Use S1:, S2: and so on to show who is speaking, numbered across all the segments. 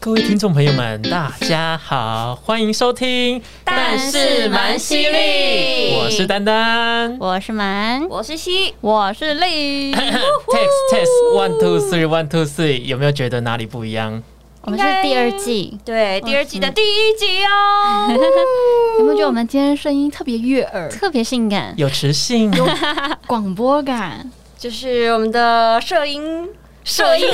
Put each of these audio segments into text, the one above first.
S1: 各位听众朋友们，大家好，欢迎收听《
S2: 但是蛮犀利
S1: 我是丹丹。
S2: 我是蛮，
S3: 我是西，
S2: 我 是丽，
S1: Test test one two three one two three，有没有觉得哪里不一样？
S2: 我们是第二季。
S3: 对，第二季的第一集
S2: ，
S3: 哦。
S4: 有没有觉得我们今天声音特别悦耳
S2: 特别性感，
S1: 有磁性，
S4: 广播感？
S3: 就是我们的摄音、摄音、 录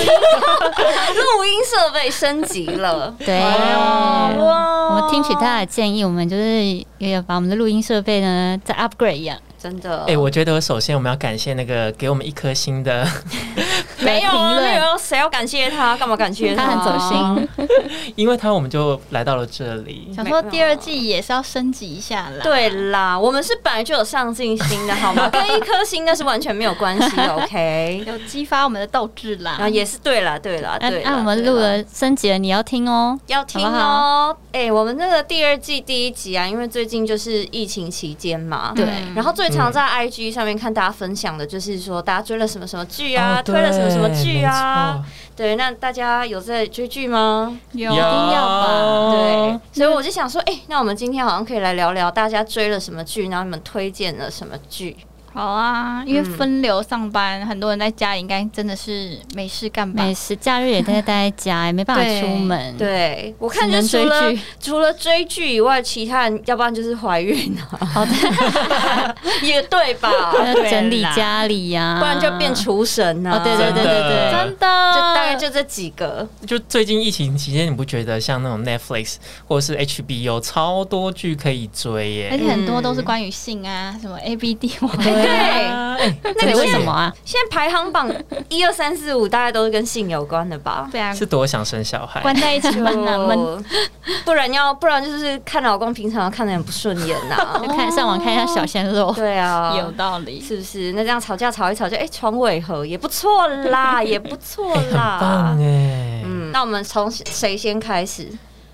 S3: 音设备升级了。哎
S2: 对。
S3: 哇
S2: 我们听取大家的建议，我们就是也要把我们的录音设备呢再 upgrade 一样。
S3: 真的，
S1: 哎、我觉得首先我们要感谢那个给我们一颗星的，
S3: 没有啊，
S2: 评论
S3: 没有，谁要感谢他？干嘛感谢
S2: 他很走心，
S1: 因为他我们就来到了这里。
S4: 想说第二季也是要升级一下啦。，
S3: 对啦，我们是本来就有上进心的，好 吗？跟一颗星那是完全没有关系的，OK。
S4: 有激发我们的斗志啦。
S3: 啊，也是对啦，对啦，
S2: 那
S3: 对啊啦。
S2: 那我们
S3: 对
S2: 录
S3: 啦
S2: 了升级了，你要听哦。
S3: 要听
S2: 好不好
S3: 哦。哎、我们那个第二季第一集啊，因为最近就是疫情期间嘛，
S2: 对
S4: 嗯
S3: 然后最常在 IG 上面看大家分享的，就是说大家追了什么什么剧啊，
S1: 哦
S3: 推了什么什么
S1: 对
S3: 剧啊
S1: 没。错
S3: 对，那大家有在追剧吗？
S4: 有
S1: 有
S4: 要
S1: 哦
S4: 吧？
S3: 对，所以我就想说，哎、那我们今天好像可以来聊聊大家追了什么剧，然后你们推荐了什么剧。
S4: 好啊，因为
S2: 嗯
S4: 分流上班，很多人在家里应该真的是没事干吧
S2: 美？食假日也待待在家，也没办法
S4: 啊对
S2: 出门。，
S3: 对啊我看
S4: 只
S3: 就除
S4: 能追
S3: 了
S4: 剧
S3: 除了追剧以外，其他人要不然就是怀孕啊，
S2: 好的，
S3: 也对吧？
S2: 要
S4: 对啦
S2: 整理家里呀，
S3: 不然就变厨神呐、
S2: 哦，对对对对对，
S1: 真
S4: 真的，
S3: 就大
S4: 就
S3: 概就这几个，
S1: 就最近疫情期间，你不觉得像那种 Netflix 或者是 HBO 超多剧可以追耶、
S4: 而且很多都
S2: 嗯
S4: 是关于性啊，什么 ABD 网
S3: 对
S1: 啊，哎、
S2: 这
S1: 真
S2: 里
S1: 的
S2: 为
S1: 耶
S2: 什么啊？
S3: 现在排行榜一二三四五大概都是跟性有关的 吧。
S4: 对啊，
S1: 是多想生小孩？
S4: 关在一起
S3: 就
S4: 闷啊闷。
S3: 不然要不然就是看老公平常看的很不顺眼呐、啊
S2: 就看上网看一下小鲜肉，
S3: 对啊，
S4: 有道理，
S3: 是不是？那这样吵架吵一吵就哎、床尾和也不错啦，也不错
S1: 哎、很
S3: 啦
S1: 棒。哎、
S3: 嗯，那我们从谁先开始？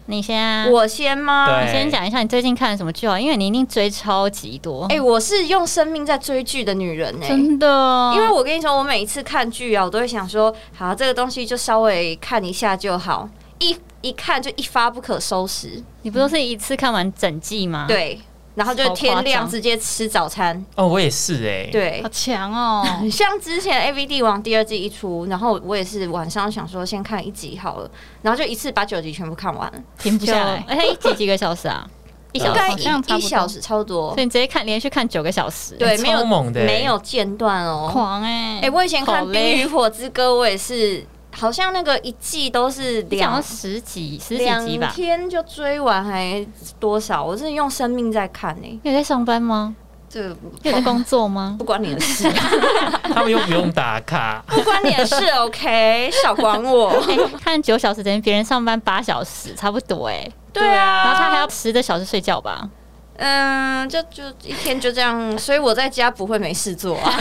S2: 你先啊，
S3: 我先吗？
S1: 对
S2: 你先讲一下你最近看了什么剧啊？因为你一定追超级多。
S3: 哎、我是用生命在追剧的女人哎、
S4: 真的，
S2: 嗯
S3: 因为我跟你说，我每一次看剧啊，我都会想说，好，这个东西就稍微看一下就好，一一看就一发不可收拾，
S2: 你不都是一次看完整季吗？，
S3: 对，然后就
S2: 好啊夸
S3: 天亮
S2: 张
S3: 直接吃早餐，
S1: 哦，我也是哎、
S3: 对
S4: 好。强哦，
S3: 像之前《A V 帝王》第二季一出，然后我也是晚上想说先看一集好了，然后就一次把九集全部看完，
S4: 停不
S2: 就
S4: 下来。
S2: 哎，它一集几个小时啊？一
S3: 应
S2: 小时
S3: 该
S4: 好像差
S3: 一
S4: 不多
S3: 一小时超多
S2: 所以，你直接看连续看九个小时。
S3: 对，
S1: 超
S3: 没有
S1: 猛的欸
S3: 没有间断哦。
S4: 狂哎、
S3: 哎、我以前看
S2: 好
S3: 《
S2: 累
S3: 冰与火之歌》，我也是，好像那个一季都是
S2: 你讲
S3: 两
S2: 到十几十几集
S3: 两
S2: 吧？
S3: 天就追完还多少？我真的用生命在看欸呢、
S2: 你有在上班吗？
S3: 这个
S2: 你有在工 作吗
S3: 不？关你的事，
S1: 他们又不用打卡，
S3: 不关你的事，OK，少管我。
S2: 哎，看九小时等于别人上班八小时，差不多哎。
S3: 对啊，
S2: 然后他还要十个小时睡觉吧？
S3: 嗯，就就一天就这样，所以我在家不会没事做、啊。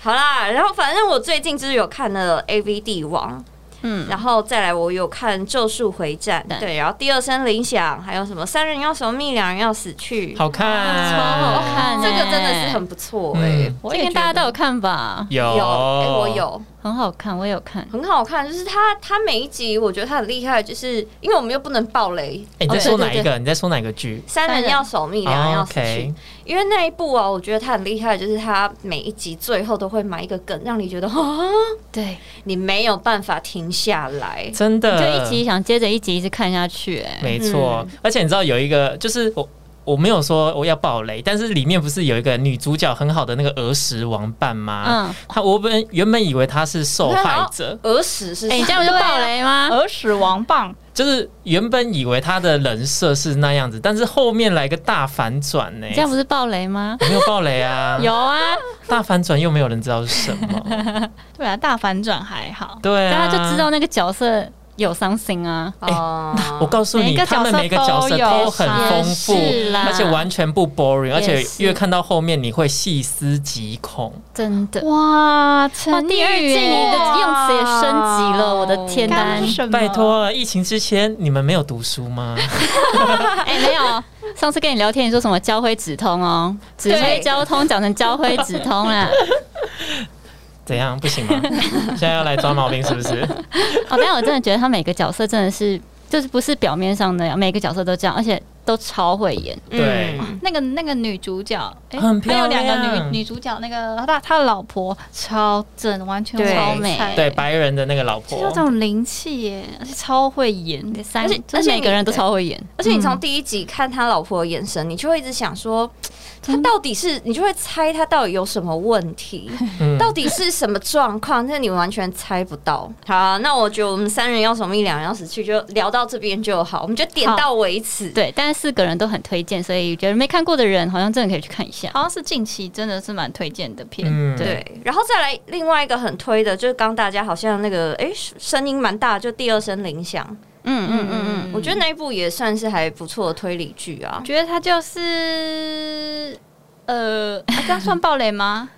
S3: 好啦，然后反正我最近就是有看了《A V 帝王》，
S2: 嗯，
S3: 然后再来我有看《咒术回战》，
S2: 对
S3: 对，然后《第二声铃响》，还有什么《三人要守密，两人要死去》，
S1: 好
S3: 嗯
S1: 看，
S2: 超好看
S3: 这
S2: 欸
S3: 个真的是很不错哎、
S1: 嗯
S2: 我
S4: 这
S2: 跟
S4: 个
S2: 大家
S4: 觉得
S2: 都有看吧？
S1: 有，
S3: 有，哎、我有。
S2: 很好看，我有看。
S3: 很好看，就是他他每一集我觉得他很厉害，就是因为我们又不能爆雷，
S1: 哎、你在
S2: 哦
S1: 说
S2: 对
S1: 哪一个？你在说哪个剧？哦
S3: 三人要守密，两人要死去。
S1: OK，
S3: 因为那一部啊，我觉得他很厉害，就是他每一集最后都会埋一个梗，让你觉得 啊，
S2: 对，
S3: 你没有办法停下来。
S1: 真
S2: 就
S1: 的，
S2: 一集想接着一集一直看下去，哎，
S1: 没错、而且你知道有一个，就是我我没有说我要爆雷，但是里面不是有一个女主角很好的那个儿时王伴吗？
S2: 嗯，
S1: 她我本原本以为她是受
S3: 啊
S1: 害者，
S3: 儿时是
S2: 哎，你这样就爆雷吗？
S4: 耳屎王棒，
S1: 就是原本以为她的人设是那样子，但是后面来个大反转呢、
S2: 你这样不是爆雷吗？，
S1: 没有爆雷啊
S2: 有啊，
S1: 大反转又没有人知道是什么，
S4: 对啊，大反转还好，
S1: 对啊，
S2: 大家就知道那个角色有 something 啊，
S3: 哦，
S1: 哎我告诉
S4: 每
S1: 你，
S4: 一个
S1: 他们
S4: 角色
S1: 每个角色
S4: 都有
S1: 都很
S4: 啊
S1: 丰富
S2: 也是，啦
S1: 而且完全不 boring，而且
S2: 也是
S1: 越看到后面你会细思极恐。
S2: 真的。
S4: 哇，
S2: 哇，
S4: 成
S2: 哦第二季
S4: 语
S2: 你
S4: 耶
S2: 的用词也升级
S3: 哇
S2: 了，我的天
S4: 刚
S2: 呐
S4: 刚！是什么
S1: 拜，托了，疫情之前你们没有读书吗？
S2: 哎，没有，上次跟你聊天你说什么 交辉直通哦，指挥交通讲成交辉直通啦。
S1: 怎样不行 吗？现在要来抓毛病是不是？
S2: 哦，但我真的觉得他每个角色真的是，就是不是表面上那样，每个角色都这样，而且都超会演。
S1: 对
S3: 嗯
S4: 那个那个女主角，哎、
S1: 很
S4: 还
S1: 漂
S4: 有两个
S1: 亮
S4: 女女主角，那个她她的老婆超正，完全
S3: 对
S4: 超美，
S1: 对，白人的那个老
S4: 就是那
S1: 婆，
S4: 种灵气耶，而且超会演。
S2: 三
S3: 而且，
S2: 哎就是每个人都超会演。嗯
S3: 而且你从第一集看他老婆的眼神，你就会一直想说，他到底是你就会猜他到底有什么问题，
S1: 嗯，
S3: 到底是什么状况，那你完全猜不到。好啊、那我觉得我们三人要什么一两人要死去，就聊到这边就好，我们就点到为止。
S2: 对，但是四个人都很推荐，所以觉得没看过的人好像真的可以去看一下。
S4: 好像是近期真的是蛮推荐的片，
S1: 嗯
S3: 对，然后再来另外一个很推的，就是刚大家好像那个哎声音蛮大，就第二声铃响。
S2: 嗯嗯嗯
S3: 嗯，我觉得那一部也算是还不错的推理剧啊
S4: 我。觉得她就是呃，啊这样算暴雷 吗？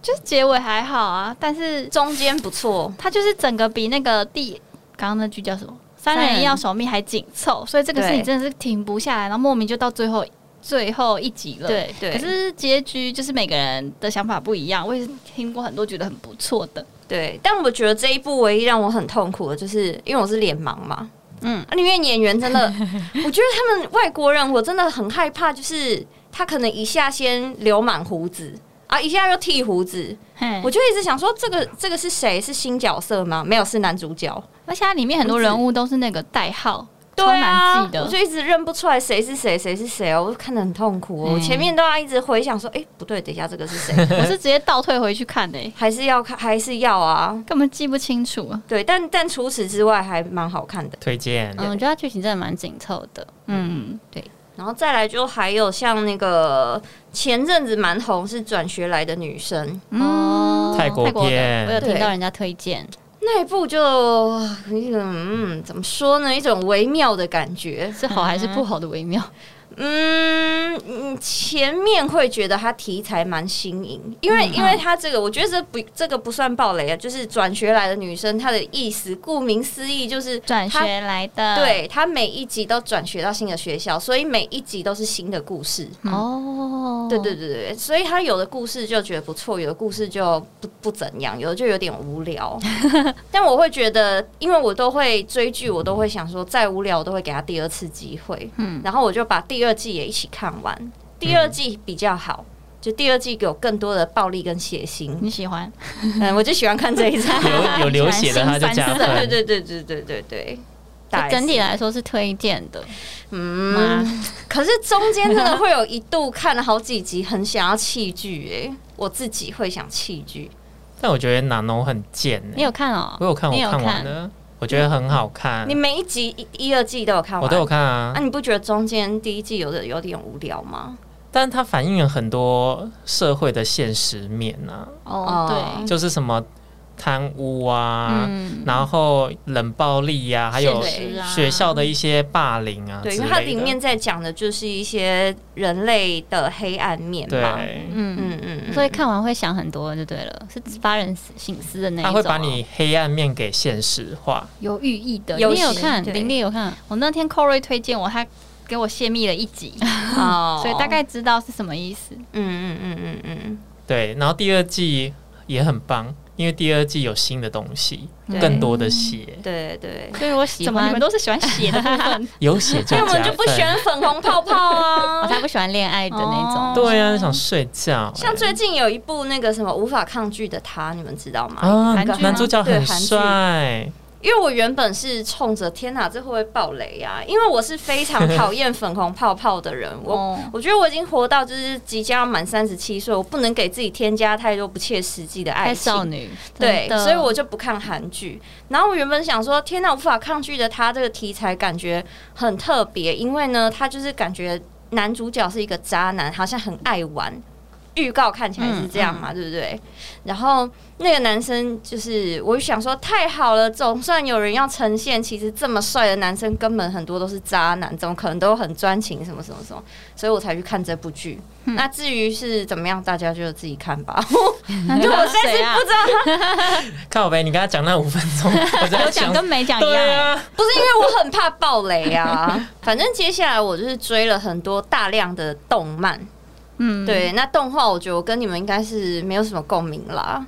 S4: 就是结尾还好啊，但是
S3: 中间不错，
S4: 它就是整个比那个第刚刚那句叫什么“三人一要守密”还紧凑，所以这个事
S3: 对
S4: 情真的是停不下来，然后莫名就到最后最后一集
S2: 嗯，。
S4: 了。
S2: 对
S3: 对
S4: 可是结局就是每个人的想法不一样，我也是听过很多觉得很不错的，
S3: 对，但我觉得这一部唯一让我很痛苦的，就是因为我是脸盲嘛，
S2: 嗯
S3: 嗯，里面演员真 的，我觉得他们外国人，我真的很害怕，就是他可能一下先留满胡子。啊！一下又剃胡子，
S4: 嘿
S3: 我，就一直想说，这个这个是谁？是新角色吗？没有，是男主角。
S4: 而且它里面很多人物都是那个代号，
S3: 对
S4: 超
S3: 啊
S4: 难记，的
S3: 我就一直认不出来谁是谁，谁是谁哦，我看得很痛苦哦。
S4: 嗯
S3: 我前面都要一直回想说，哎、不对，等一下这个是 谁？
S4: 我是直接倒退回去看的、欸
S3: 还是要看，还是要啊？
S4: 根本记不清楚啊。
S3: 对，但但除此之外还蛮好看的。
S1: 推荐，
S2: 嗯，我觉得它剧情真的蛮紧凑的。
S4: 嗯，
S3: 然后再来就还有像那个前阵子蛮红是转学来的女生
S2: 哦，
S1: 泰国
S4: 泰国的
S1: 片
S2: 我有听
S3: 对
S2: 到人家推荐，
S3: 那一部就一种嗯怎么说呢一种微妙的感觉，
S2: 是好还是不好的微妙。
S3: 嗯嗯前面会觉得它题材蛮新颖，因为、因为它这个我觉得这不这个不算暴雷啊，就是转学来的女生她的意思顾名思义就是
S4: 转学
S3: 她
S4: 来
S2: 嗯
S4: 的，，
S3: 对她每一集都转学到新的学校，所以每一集都是新的故事。
S4: 嗯
S2: 哦，
S3: 对对对对，所以他有的故事就觉得不错，有的故事就不不怎样，有的就有点无聊。但我会觉得，因为我都会追剧，我都会想说，再无聊我都会给他第二次机会。嗯，然后我就把第二季也一起看完，第二季比较好。就第二季有更多的暴力跟血腥，
S4: 你喜欢？
S3: 嗯，我就喜欢看这一场。
S1: 有有流血的他就加
S3: 对
S1: 分，
S3: 对对对对对对，大
S2: 就整体
S3: S
S2: 来说是推荐的。
S3: 嗯，可是中间真的会有一度看了好几集，很想要弃剧哎，我自己会想弃剧。
S1: 但我觉得哪农很贱欸，
S2: 你有看哦？
S1: 我有看，我
S2: 你有
S1: 看完了，我觉得很好看
S3: 嗯你，每一集一、一二季都有看
S1: 嗯
S3: 完，
S1: 我都有看啊
S3: 啊，。你不觉得中间第一季有的有点无聊吗？
S1: 但它反映了很多社会的现实面啊，
S4: 哦，
S3: 哦
S4: 对，
S1: 就是什么贪污啊，
S4: 嗯，
S1: 然后冷暴力呀、还有
S4: 现实啊
S1: 学校的一些霸凌啊之
S3: 对，
S1: 类的，
S3: 因为它里面在讲的就是一些人类的黑暗面嘛。
S1: 对，
S2: 嗯，
S3: 嗯嗯嗯，
S2: 所以看完会想很多就对了，是发人省思的那一种。
S1: 他会把
S3: 啊
S1: 你黑暗面给现实化，
S4: 有寓意的。
S3: 有
S4: 因
S2: 你
S4: 为
S2: 有
S3: 戏
S2: 看，
S3: 对
S2: 林烈有看，
S4: 我那天 Corey 推荐我，他给我泄密了一集，
S3: 哦
S4: 嗯所以大概知道是什么意思。
S3: 嗯嗯嗯嗯嗯
S1: 对。然后第二季也很棒，因为第二季有新的东西，
S3: 对
S1: 更多的血
S3: 嗯，，对对。
S2: 所以我喜
S4: 怎么你
S2: 欢
S4: 们。都是喜欢写的部 分？
S1: 有血就
S3: 哎因为我们
S1: 加
S3: 就不喜
S1: 分。
S3: 欢粉红泡泡
S2: 我
S3: 啊。
S2: 哦才不喜欢恋爱的那种，
S4: 哦
S1: 对啊，想睡觉、
S3: 像
S1: 哎
S3: 最近有一部那个什么无法抗拒的他，你们知道吗？
S1: 啊
S4: 韩剧，吗
S1: 男主角
S3: 对
S1: 很
S3: 韩剧
S1: 帅，
S3: 因为我原本是冲着天哪，这会不会爆雷呀、因为我是非常讨厌粉红泡泡的 人，我。
S4: 哦，
S3: 我觉得我已经活到就是即将要满三十七岁，我不能给自己添加太多不切实际的爱
S2: 太
S3: 情。
S2: 少女，
S3: 对
S4: 真，的
S3: 所 以我就不看韩剧。然后我原本想说，天哪，无法抗拒的他这个题材感觉很特别，因为呢，他就是感觉男主角是一个渣男，好像很爱玩。预告看起来是这样嘛，
S4: 嗯
S3: 对不对？然后那个男生就是，我就想说太好了，总算有人要呈现，其实这么帅的男生根本很多都是渣男，怎么可能都很专情什么什么什么？所以我才去看这部剧。那至于是怎么样，大家就自己看 吧。
S4: 就
S3: 我实在是不知道
S1: 靠呗，你跟他讲那五分钟，我在
S4: 有
S1: 想
S4: 讲，跟没讲一
S1: 对
S4: 样。
S1: 啊，
S3: 不是因为我很怕暴雷 啊，反正接下来我就是追了很多大量的动漫。
S4: 嗯，
S3: 对，那动画我觉得我跟你们应该是没有什么共鸣啦。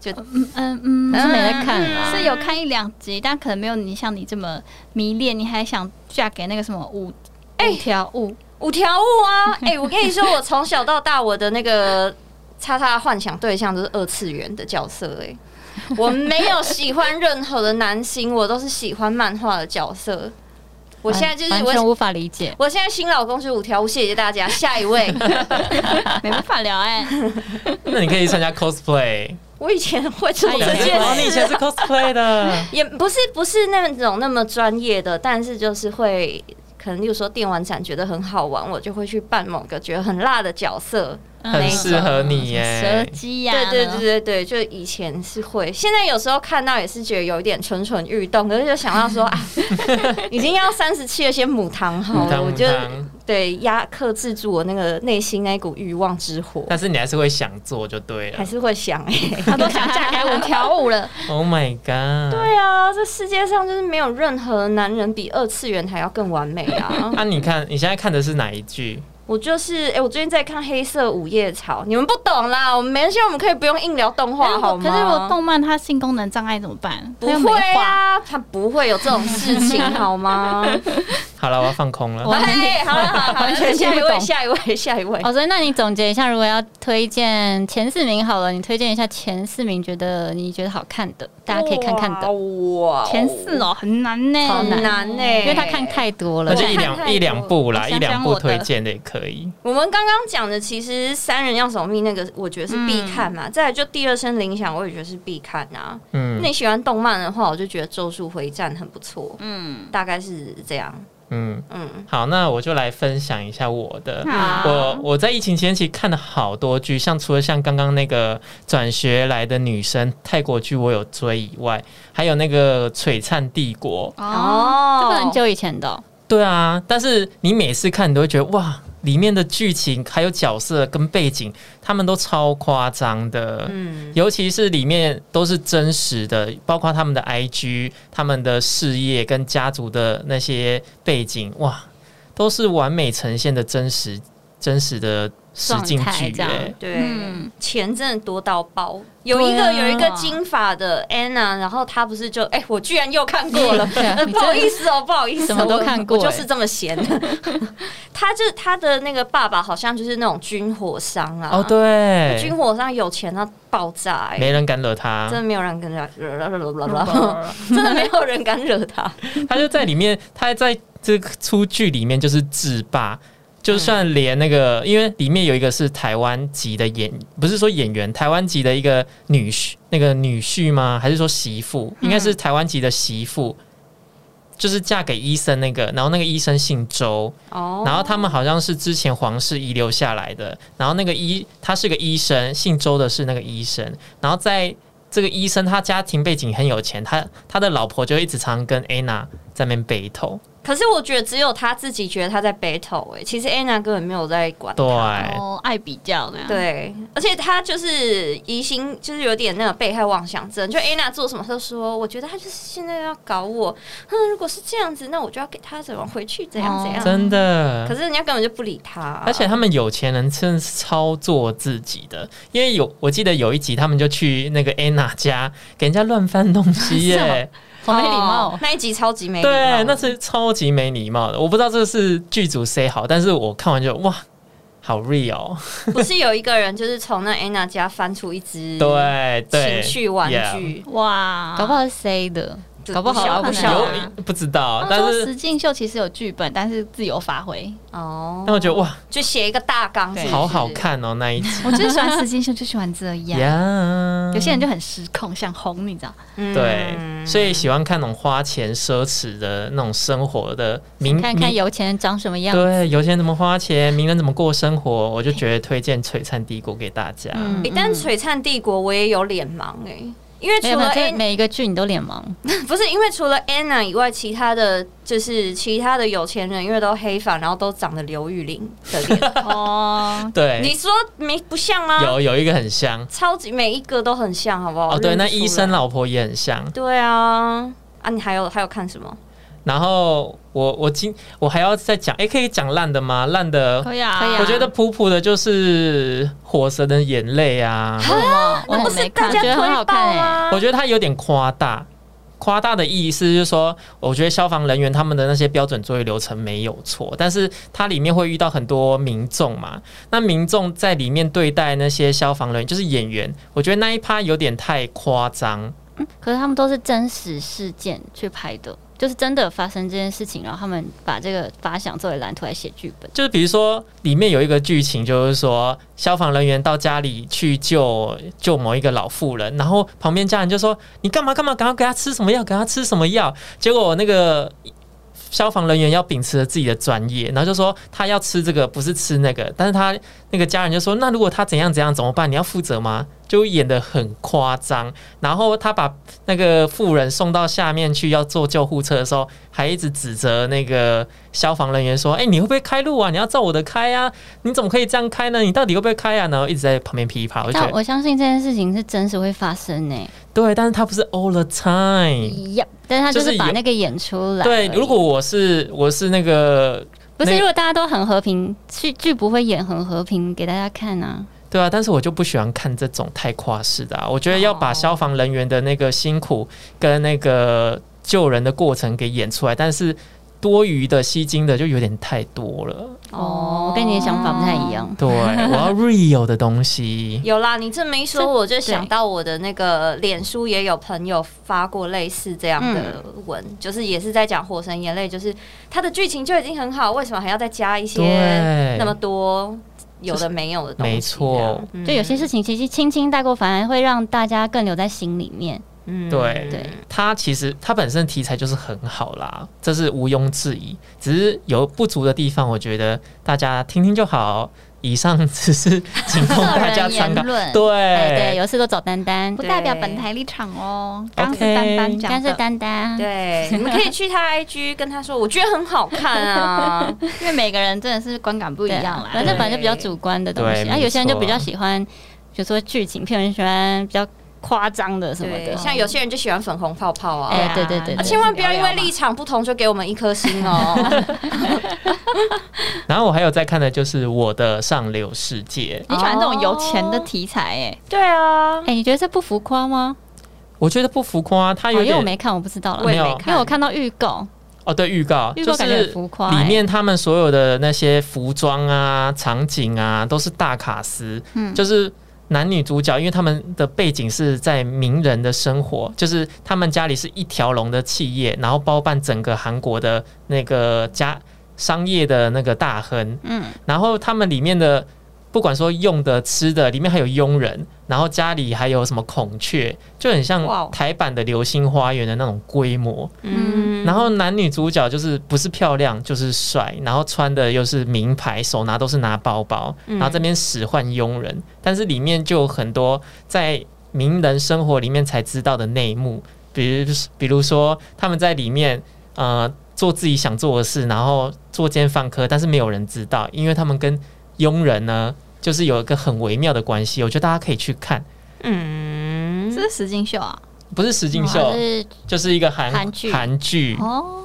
S3: 就
S4: 嗯嗯，
S2: 还是没在看
S3: 嗯
S2: 啦。
S4: 是有看一两集，但可能没有你像你这么迷恋，你还想嫁给那个什么五
S3: 哎
S4: 五条悟，
S3: 五条悟啊！ 哎、我跟你说，我从小到大，我的那个叉叉幻想对象都是二次元的角色、哎，我没有喜欢任何的男星，我都是喜欢漫画的角色。我现在就
S2: 完
S3: 是
S2: 完全
S3: 我，
S2: 无法理 解。
S3: 我现在新老公是五条悟，谢谢大家。下一 位，
S4: 没办法聊哎、
S1: 那你可以参加 cosplay，
S3: 我以前会做
S2: 哎呀
S3: 这件
S1: 哦，你以
S3: 事
S1: 前是 cosplay 的，
S3: 也不是不是那种那么专业的，但是就是会可能，例如说电玩展觉得很好玩，我就会去扮某个觉得很辣的角色。
S2: 嗯
S1: 很适合你
S4: 蛇
S1: 耶。
S4: 姬呀、
S3: 对
S4: 啊，
S3: 对对对 对，就以前是会，现在有时候看到也是觉得有一点蠢蠢欲动，可是就想到说啊，已经要三十七了，先母汤好
S1: 母
S3: 了，
S1: 汤
S3: 我
S1: 母
S3: 就
S1: 汤，
S3: 对压克制住我那个内心那一股欲望之火，
S1: 但是你还是会想做就对
S3: 还
S1: 了。
S3: 是会想 哎、
S4: 他都想嫁给五条悟了，
S1: Oh my god！
S3: 对啊，这世界上就是没有任何男人比二次元还要更完美啊！
S1: 那你看你现在看的是哪一剧？
S3: 我就是，哎、我最近在看《黑色午夜草》，你们不懂啦，我们没关系，我们可以不用硬聊动
S2: 哎
S3: 画好
S4: 可
S3: 吗？
S4: 是我动漫它性功能障碍怎么办？
S3: 不
S4: 它又没
S3: 会
S4: 画，
S3: 啊，他不会有这种事 情好吗？
S1: 好了，我要放空了。
S3: 哎，好了好 了，完
S2: 全
S3: 下一
S2: 听不
S3: 位，
S2: 懂
S3: 下一位，下一位。
S2: 哦，所以那你总结一下，如果要推荐前四名好了，你推荐一下前四名，觉得你觉得好看的，大家可以看看的。
S3: 哇，
S4: 前四哦，很难呢、
S3: 好难欸呢、
S2: 因为他看太多了
S1: 那
S3: 而
S1: 就
S3: 且
S1: 一
S3: 看太
S1: 两
S3: 多
S1: 一两部啦，
S4: 我想
S1: 一两
S4: 想
S1: 部
S4: 我的
S1: 推荐的也可以。
S3: 我们刚刚讲的，其实《三人要守密》那个，我觉得是必看
S2: 嗯
S3: 嘛。再来就《第二声铃响》，我也觉得是必看啊。
S1: 嗯
S3: 那你喜欢动漫的话，我就觉得《咒术回战》很不错，
S4: 嗯，
S3: 大概是这样。
S1: 嗯，
S3: 嗯，
S1: 好，那我就来分享一下我的。
S4: 好
S1: 我我在疫情期间其实看了好多剧，像除了像刚刚那个转学来的女生泰国剧我有追以外，还有那个《璀璨帝国》。
S4: 哦，
S2: 这个很久以前的哦、
S1: 对啊，但是你每次看，你都会觉得哇，里面的剧情还有角色跟背景，他们都超夸张的。
S3: 嗯，
S1: 尤其是里面都是真实的，包括他们的 IG、他们的事业跟家族的那些背景，哇，都是完美呈现的真实、真实的实境
S2: 状态
S1: 剧、
S2: 这样
S1: 欸。
S3: 对，
S4: 嗯
S3: 钱真的多到爆。有一个、
S4: 对啊
S3: 有一个金发的 Anna，然后她不是就哎、我居然又看过 了，
S2: 对啊
S3: 呃
S2: 你
S3: 不好意思哦，不好意思哦，
S2: 什么都看过
S3: 我我就
S2: 哎
S3: 是这么闲。 她就是她的那个爸爸好像就是那种军火商啊，
S1: 哦，对，
S3: 军火商有钱到爆炸、哎，
S1: 没啊人敢惹他
S3: 真，的没有人跟他惹惹惹惹惹， 真的没有人敢惹他。
S1: 他就在里面，他在这个出剧里面就是制霸。就算连那个，因为里面有一个是台湾籍的演，不是说演员，台湾籍的一个女婿，那个女婿吗？还是说媳妇？应该是台湾籍的媳妇，就是嫁给医生那个，然后那个医生姓周，
S3: 哦
S1: 然后他们好像是之前皇室遗留下来的，然后那个医他是个医生，姓周的是那个医生，然后在这个医生他家庭背景很有钱，他他的老婆就一直常跟 Anna 在那边 battle，
S3: 可是我觉得只有他自己觉得他在 battle，哎、其实 Anna 根本没有在管他
S1: 对，
S4: 哦，爱比较那样，，
S3: 对，啊而且他就是疑心，就是有点那个被害妄想症。就 Anna 做什么，他就说：“我觉得他就是现在要搞我。”嗯，如果是这样子，那我就要给他怎么回去，怎样
S4: 哦
S3: 怎样。
S1: 真的。
S3: 可是人家根本就不理他、
S1: 而且他们有钱人真的是超做自己的，因为有我记得有一集他们就去那个 Anna 家给人家乱翻东西 耶、
S2: 是哦好没礼貌
S3: 哦
S2: 哦。
S3: 那一集超级没礼貌
S1: 对，那是超级没礼貌的。我不知道这是剧组 say 好，但是我看完就哇，好 real，
S3: 不是有一个人就是从那 Anna 家翻出一只
S1: 对对，
S3: 嗯情趣玩
S1: yeah
S3: 具
S4: 哇，
S2: 搞不好是 C 的，
S3: 对
S2: 搞不好啊
S3: 不
S2: 不
S3: 晓
S2: 晓
S3: 得
S2: 得
S3: 啊
S1: 有不知道，
S4: 他
S1: 但
S4: 说
S1: 是
S4: 实境秀其实有剧本，但是自由发挥。
S3: 哦，
S1: 但我觉得哇，
S3: 就写一个大纲，
S4: 对
S3: 是不是
S1: 好好。看哦那一集
S4: 我就是喜欢实境秀，就喜欢这样。
S1: 呀，
S4: 有些人就很失控，想红，你知道？
S3: 嗯
S1: 对，所以喜欢看那种花钱奢侈的那种生活的名
S2: 看看
S1: 名。
S2: 有钱人长什么样。
S1: 对，有钱人怎么花钱，名人怎么过生活，我就觉得推荐《璀璨帝国》给大家。
S2: 嗯
S3: 诶但《璀璨帝国》我也有脸盲哎、因为除
S2: 没有，没
S3: 了
S2: 有这
S3: Anna
S2: 每一个剧你都 脸盲，
S3: 不是因为除了 Anna 以外，其他的就是其他的有钱人，因为都黑发，然后都长得刘玉玲的 脸，
S4: 哦，
S3: 你
S1: 对，
S3: 说没不像吗？
S1: 哎有有一个很像
S3: 超级每一个都很像，好不好？
S1: 哦，对，
S3: 认不
S1: 那
S3: 出
S1: 医生
S3: 来，
S1: 老婆也很像。
S3: 对啊，啊，你还有还有看什么？
S1: 然后我我今我还要再讲，哎、可以讲烂的吗？烂的，
S4: 可以啊，
S2: 可以啊
S1: 我觉得普普的就是《火神的眼泪》啊，
S2: 啊我
S3: 那哦不
S2: 也
S3: 是
S2: 没
S3: 大
S2: 看，
S3: 家
S2: 觉得很
S3: 推
S2: 好
S3: 爆啊
S2: 看哎。
S3: 吗？
S1: 我觉得他有点夸大。夸大的意思就是说，我觉得消防人员他们的那些标准作业流程没有错，但是它里面会遇到很多民众嘛。那民众在里面对待那些消防人员，就是演员，我觉得那一趴有点太夸张。
S2: 可是他们都是真实事件去拍的，就是真的有发生这件事情，然后他们把这个发想作为蓝图来写剧本。
S1: 就是比如说，里面有一个剧情，就是说消防人员到家里去救救某一个老妇人，然后旁边家人就说：“你干嘛干嘛，赶快给他吃什么药，给他吃什么药。”结果那个消防人员要秉持着自己的专业，然后就说他要吃这个，不是吃那个。但是他那个家人就说：“那如果他怎样怎样怎么办？你要负责吗？”就演得很夸张。然后他把那个妇人送到下面去要坐救护车的时候，还一直指责那个消防人员说：“哎、你会不会开路啊？你要照我的开啊！你怎么可以这样开呢？你到底会不会开啊？”然后一直在旁边噼啪，我就觉
S2: 但
S1: 得
S2: 我相信这件事情是真实会发生呢、
S1: 对，但是他不是 all the time。
S2: 一样，但是他就
S1: 就是
S2: 是把
S1: 有
S2: 那个演出来而
S1: 对
S2: 已。，
S1: 如果我是我是那个
S2: 不是
S1: 那
S2: 如果大家都很和平，剧剧不会演很和平给大家看啊。
S1: 对啊，但是我就不喜欢看这种太夸饰的、啊。我觉得要把
S2: 哦
S1: 消防人员的那个辛苦跟那个救人的过程给演出来，但是多余的、吸睛的就有点太多 了。
S2: 哦，我跟你的想法不太一样。
S1: 对，我要 real 的东西。
S3: 有啦，你这么一说，我就想
S2: 对
S3: 到我的那个脸书也有朋友发过类似这样的
S2: 嗯
S3: 文，就是也是在讲《火神眼泪》，就是它的剧情就已经很好，为什么还要再加一些
S1: 对，
S3: 那么多有的没有的东西？
S1: 哎没错
S3: 嗯，
S2: 就有些事情其实轻轻带过，反而会让大家更留在心里面。
S3: 嗯
S1: 对
S2: 对
S1: 它其实它本身题材就是很好啦，这是毋庸置疑。只是有不足的地方，我觉得大家听听就好。以上只是仅供
S2: 个
S1: 哦大家
S2: 人
S1: 参考
S2: 言。论，哎对，
S1: 对，
S2: 有事都找丹丹
S3: 不，
S4: 不
S3: 对
S4: 代表本台立场哦。刚
S1: OK
S4: 刚是丹丹
S2: 但
S4: 讲
S2: 是
S4: 的，
S2: 丹丹，啊
S3: 对，你们可以去他 IG 跟他说，我觉得很好看 啊。
S4: 因为每个人真的是观感不一
S2: 对啊
S4: 样 啦。
S2: 反正
S3: 对
S2: 本来就比较主观的东
S1: 对
S2: 西，
S1: 没
S2: 啊，有些人就比
S1: 错
S2: 较喜欢，比如说剧情片，有人喜欢比较夸张的什么
S3: 对，
S2: 的。
S3: 像有些人就喜欢粉红泡泡啊。
S2: 哎
S4: 啊
S2: 对对
S3: 啊
S2: 对对
S3: 千万不要因为立场不同就给我们一颗星哦！
S1: 然后我还有在看的就是《我的上流世界》，
S4: 你喜欢这种有钱的题材哎、
S3: 对啊，
S2: 哎，你觉得这不浮夸吗？
S1: 我觉得不浮夸，啊它
S2: 哦
S1: 有
S2: 因为我
S1: 点
S2: 没看，我不知道了
S3: 我。
S1: 没
S3: 也没
S1: 有
S2: 因为我
S3: 看，
S2: 看到预告，
S1: 哦，对，预告
S2: 预
S1: 就
S2: 告感觉
S1: 是
S2: 很浮夸
S1: 里
S2: 欸
S1: 面他们所有的那些服装啊、场景啊，都是大卡司，
S2: 嗯
S1: 就是男女主角，因为他们的背景是在名人的生活，就是他们家里是一条龙的企业，然后包办整个韩国的那个家商业的那个大亨，
S2: 嗯，
S1: 然后他们里面的不管说用的、吃的，里面还有佣人，然后家里还有什么孔雀，就很
S3: 哇
S1: 像
S3: 哦
S1: 台版的《流星花园》的那种规模。
S3: 嗯，
S1: 然后男女主角就是不是漂亮就是帅，然后穿的又是名牌，手拿都是拿包包，
S3: 嗯
S1: 然后这边使唤佣人，但是里面就有很多在名人生活里面才知道的内幕，比如比如说他们在里面呃做自己想做的事，然后作奸犯科，但是没有人知道，因为他们跟佣人呢就是有一个很微妙的关系，我觉得大家可以去看，
S3: 嗯
S4: 这是实境秀啊。
S1: 不是石
S2: 哦
S1: 敬秀，
S2: 是
S1: 就是一个韩
S2: 韩剧
S1: 韩剧
S2: 哦，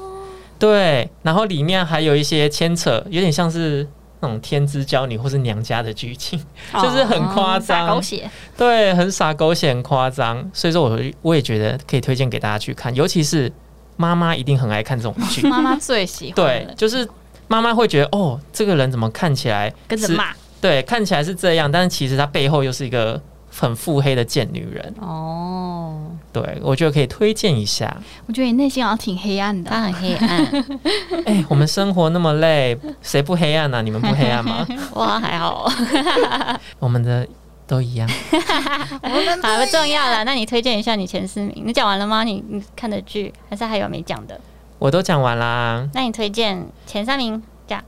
S1: 对，然后里面还有一些牵扯，有点像是那种天之娇女或是娘家的剧情，
S3: 哦
S1: 就是很夸
S4: 哦撒
S1: 张
S4: 嗯狗，血，
S1: 对，很傻狗血，很夸张。所以说我我也觉得可以推荐给大家去看，尤其是妈妈一定很爱看这种剧，
S4: 妈妈最喜欢
S1: 对
S4: 了，，
S1: 就是妈妈会觉得哦，这个人怎么看起来
S4: 跟着
S1: 是
S4: 骂。
S1: 对，看起来是这样，但是其实她背后又是一个很腹黑的贱女人。
S3: 哦，
S1: 对我觉得可以推荐一下。
S4: 我觉得你内心好像挺黑暗的
S2: 它。很黑 暗，
S1: 哎、我们生活那么累，谁不黑暗呢、啊？你们不黑暗吗？
S2: 哇，还好，
S1: 我们的都一样。
S2: 好不重要了。那你推荐一下你前四名，你讲完了吗？你你看的剧还是还有没讲的？
S1: 我都讲完啦。
S2: 那你推荐前三名这样？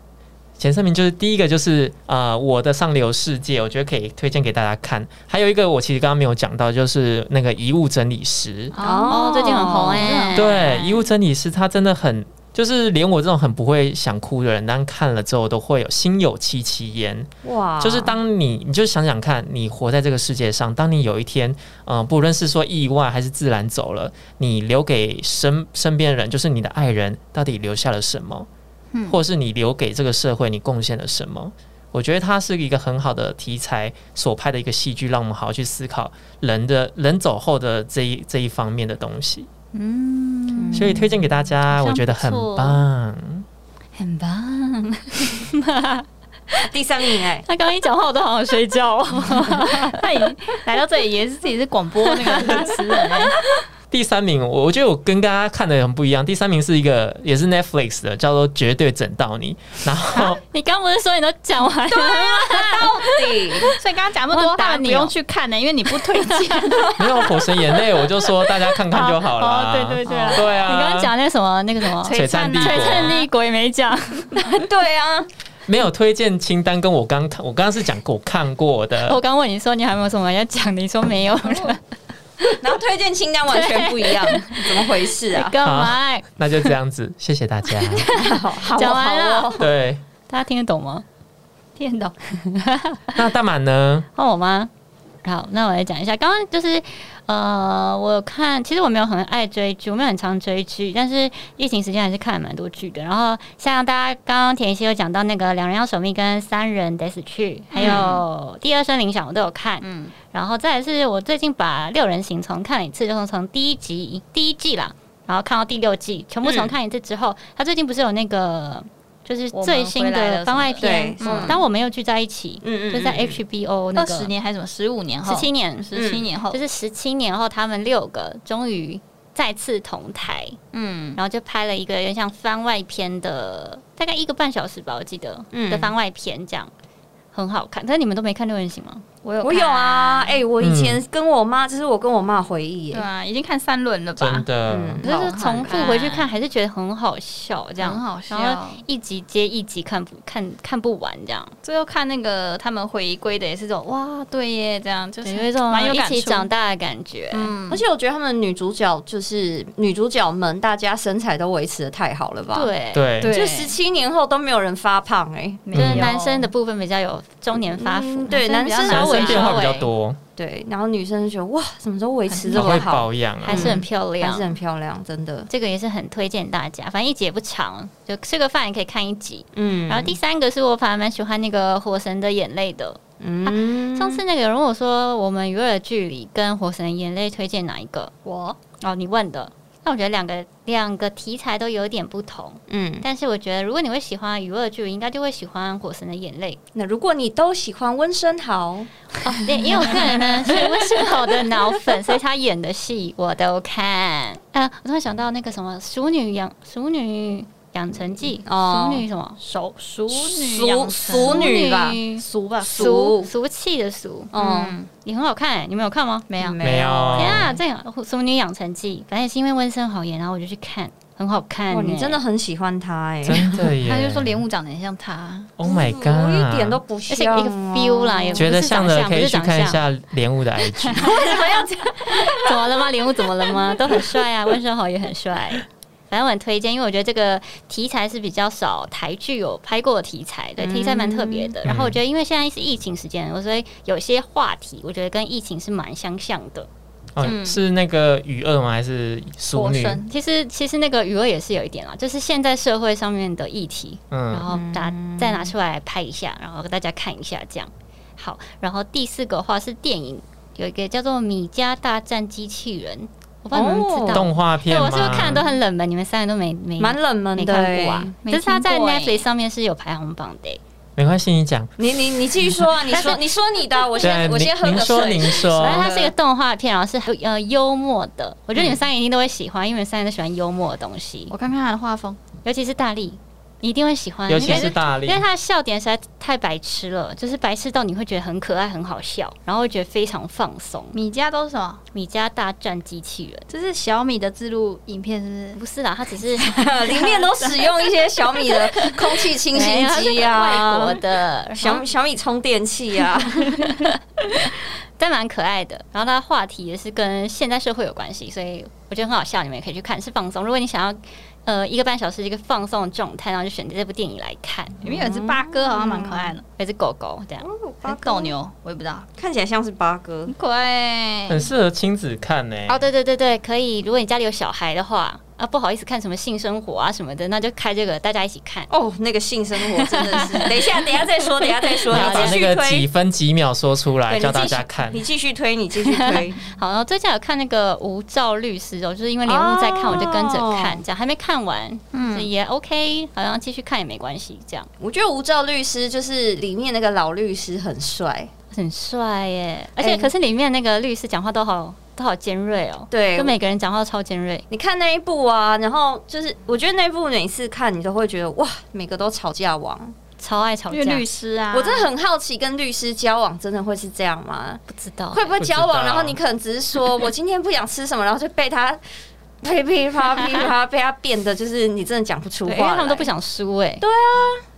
S1: 前三名就是第一个就是呃我的上流世界，我觉得可以推荐给大家看。还有一个我其实刚刚没有讲到，就是那个遗物整理师。
S3: 哦
S2: 最近很红哎、
S1: 对，遗物整理师他真的很就是连我这种很不会想哭的人，但看了之后都会有心有戚戚焉。
S2: 啊
S3: 哇，
S1: 就是当你，你就想想看，你活在这个世界上，当你有一天，嗯、不论是说意外还是自然走了，你留给身身边的人，就是你的爱人，到底留下了什么，
S2: 嗯
S1: 或是你留给这个社会，你贡献了什么？我觉得它是一个很好的题材所拍的一个戏剧，让我们好好去思考人的人走后的这一这一方面的东西，
S2: 嗯，
S1: 所以推荐给大家，
S2: 好像
S1: 我觉得很
S2: 不错
S1: 棒。
S2: 很棒。
S3: 第三名哎、
S2: 他刚刚一讲话，我都好想睡 觉、哦。他已来到这里，也是自己是广播那 个主持人、欸，
S1: 第三名，我我觉得我跟大家看的很不一样。第三名是一个也是 Netflix 的，叫做《绝对整到 你》，然后
S2: 你刚不是说你都讲完了？
S3: 到底
S2: 啊所以刚刚讲那么多
S4: 我打
S2: 话，
S4: 你哦
S2: 你不用去看呢、因为 你不推荐。
S1: 没有《火神眼泪》，我就说大家看看就好了、
S2: 哦对对对啊
S1: 对啊，
S2: 你刚刚讲那什么那个 什么
S1: 璀璨帝国
S2: 璀璨帝国也没讲，
S3: 对啊，
S1: 没有推荐清单，跟我刚看，我刚刚是讲过我看过
S2: 我
S1: 的，
S2: 刚问你说你还有没有什么要讲，你说没有了，
S3: 然后推荐清单完全不一样，怎么回事啊？
S2: 干嘛？
S1: 那就这样子，谢谢大家。
S3: 好好
S2: 讲完了
S3: 好哦
S1: 对，
S2: 大家听得懂吗？听得
S4: 哦
S2: 懂。
S1: 那大满呢？
S2: 换我吗？好，那我来讲一下。刚刚就是，呃，我有看，其实我没有很爱追剧，我没有很常追剧，但是疫情时间还是看了蛮多剧的。然后像大家刚刚田一希有讲到那个《两人要守密》跟《三人得死去》，还有《第二声铃响》，我都有看。
S4: 嗯，
S2: 然后再来是我最近把《六人行》重看了一次，就是从第一集第一季啦，然后看到第六季，全部重看一次之后，他最近不是有那个就是最新
S4: 嗯我们回来了
S2: 的
S4: 什么的
S2: 番外
S3: 对
S2: 篇，
S3: 是
S2: 嗯当我们又聚在一起，
S3: 嗯
S2: 就是在 HBO 那
S4: 二
S2: 个
S4: 十年还是什么十五年后，
S2: 十七年，嗯
S4: 十七年后
S2: 就，是十七年后，他们六个终于再次同台，
S4: 嗯
S2: 然后就拍了一个有点像番外篇的，大概一个半小时吧，我记得、
S3: 嗯
S2: 的番外篇，这样很好看。但是你们都没看《六人行》吗？
S4: 我有
S3: 我有啊，
S4: 看
S3: 哎、我以前跟我妈，这是我跟我妈的回忆、
S4: 嗯对
S3: 哎，
S4: 啊，已经看三轮了吧
S1: 真？的，
S3: 嗯
S2: 可是就重复回去
S4: 好好
S2: 看，还是觉得很好笑，这样
S4: 哎很好笑
S2: 然后一集接一集看不看看不完，这样
S4: 最后看那个他们回归的也是这种哇，对耶，这样就
S2: 对
S4: 是
S2: 有一种
S4: 蛮有
S2: 一
S4: 感
S2: 起
S4: 触
S2: 长，大的感觉。
S4: 嗯
S3: 而，且我觉得他们女主角就是女主角们，大家身材都维持的太好了吧？，
S2: 对，
S1: 对
S4: 对
S3: 就十七年后都没有人发胖哎、
S4: 没
S2: 就
S4: 有
S2: 是男生的部分比较有中年发福，
S3: 嗯对男生
S2: 比较
S1: 男
S2: 稍
S1: 生
S2: 微
S1: 变化
S2: 稍
S1: 比较
S2: 微
S1: 多，
S3: 对，然后女生就觉得哇，什么时候维持这
S1: 好
S3: 么
S1: 会
S3: 好，
S1: 保养啊
S2: 还。
S4: 嗯
S2: 是很漂亮，
S3: 还是很漂亮，真的。
S2: 这个也是很推荐大家，反正一集也不长，就吃个饭也可以看一集。
S3: 嗯
S2: 然后第三个是我反而蛮喜欢那个《火神的眼泪》的。
S3: 嗯
S2: 上次那个有人问我说，我们娱乐的距离跟《火神的眼泪》推荐哪一个？我哦，你问的。那我觉得两个两个题材都有点不同，
S3: 嗯，
S2: 但是我觉得如果你会喜欢娱乐的距离，应该就会喜欢《火神的眼泪
S3: 那如果你都喜欢温升豪，》
S2: 哦。 对，因为我个人呢是温世豪的脑粉，所以他演的戏我都看。 呃，我突然想到那个什么《熟女养熟女养成记》
S3: 哦
S2: 熟女什么？
S4: 熟熟
S3: 熟
S4: 女养成
S3: 熟女吧
S4: 俗吧
S2: 啊俗俗气的俗，
S3: 嗯，
S4: 嗯，
S2: 也很好看、欸，你们有看吗？没有。
S1: 没有
S2: 天啊，这个《熟女养成记》，反正也是因为温升好演，然后我就去看，很好看、
S3: 哇，
S2: 欸。
S3: 你真的很喜欢他哎、
S1: 真的耶！
S4: 他就说莲雾长得很像他，
S1: ，Oh my
S3: 我
S1: god，
S3: 一点都不啊
S2: 而且
S3: 像、
S2: 嗯啊一个 feel 啦，也不
S1: 觉得
S2: 是
S1: 像
S2: 长
S1: 的
S2: 相，不
S1: 可以
S2: 是
S1: 去
S2: 长
S1: 看一
S2: 相。
S1: 下莲雾的 IG。
S2: 怎么了吗？莲雾怎么了吗？都很帅啊，温升好也很帅。反正我很推荐，因为我觉得这个题材是比较少台剧有拍过的题材，对，题材蛮特别的。然后我觉得，因为现在是疫情时间，我所以有些话题，我觉得跟疫情是蛮相像的。
S1: 哦，是那个雨二吗？还是淑
S4: 火
S1: 女？
S4: 神
S2: 其实其实那个娱乐也是有一点啦，就是现在社会上面的议题，然
S1: 嗯，
S2: 后拿、再拿出来拍一下，然后给大家看一下这样。好，然后第四个话是电影，有一个叫做《米家大战机器人》，我不知道你们知
S3: 哦
S2: 道。
S1: 动画
S2: 对，
S1: 片吗？
S2: 我是不是看的都很冷门？你们三个都没没
S3: 蛮冷门
S2: 没
S3: 的、
S2: 看
S3: 欸
S2: 过啊？
S4: 没
S2: 但是它在
S4: 听过欸
S2: Netflix 上面是有排行榜的欸、
S1: 没关系，你讲。
S3: 你你你继续说 啊！你说你说你的啊，我
S1: 对，
S3: 先我
S1: 您
S3: 先喝
S1: 您
S3: 个
S1: 说
S3: 水
S1: 您。说
S2: 反，正它是一个动画片，然后是很呃幽默的。我觉得你们三个一定都会喜欢，因为你们三个都喜欢幽默的东西
S4: 我，看看他的画风，
S2: 尤其是大力，你一定会喜欢，
S1: 尤
S2: 因
S1: 其
S2: 为
S1: 是大力
S2: 因为，他的笑点实在太白痴了，就是白痴到你会觉得很可爱、很好笑，然后会觉得非常放松。
S4: 米家都是什么？
S2: 米家大战机器人
S4: 这是小米的自录影片，是不是？
S2: 不是啦，他只是
S3: 里面都使用一些小米的空气清 新机啊，
S2: 外国的，
S3: 小小米充电器啊，
S2: 但蛮可爱的。然后他的话题也是跟现代社会有关系，所以我觉得很好笑，你们也可以去看，是放松。如果你想要呃一个半小时一个放松的状态，然后就选择这部电影来 看。
S4: 里面有一只八哥，好像蛮可爱的，
S2: 有一只狗狗这样，
S4: 还是斗牛，我也不知道，
S3: 看起来像是八哥
S4: 很，可爱。欸
S1: 很适合亲子看呢、
S2: 哦，对对对对，可以。如果你家里有小孩的话，啊，不好意思看什么性生活啊什么的，那就开这个，大家一起看。
S3: 哦，那个性生活真 的是，等一下，等一下再说，等一下再说，
S1: 你要把
S3: 你继
S1: 那
S3: 续
S1: 个几
S3: 推，
S1: 分几秒说出来，
S3: 对
S1: 叫
S3: 你继
S1: 大
S3: 续
S1: 家看。
S3: 你继续推，你继续推。
S2: 好，然后最近有看那个《无照律师》哦，就是因为莲雾在看，我就跟着看
S3: 哦，
S2: 这样还没看完，嗯，也 OK，好像继续看也没关系，这样
S3: 我觉得吴照律师就是里面那个老律师很帅，
S2: 很帅耶。而且
S3: 哎
S2: 可是里面那个律师讲话都好都好尖锐哦，
S3: 对
S2: 就每个人讲话都超尖锐。
S3: 你看那一部啊，然后就是我觉得那一部每次看你都会觉得哇，每个都吵架王。
S2: 超爱吵
S4: 因为
S2: 架，
S4: 律师啊，
S3: 我真的很好奇，跟律师交往真的会是这样吗？
S2: 哦不知道
S3: 会不会交
S1: 不知道
S3: 往，然后你可能只是说我今天不想吃什么，然后就被他噼噼啪噼啪被他变得就是你真的讲不出
S2: 对，
S3: 话
S2: 因为
S3: 来，
S2: 他们都不想输哎、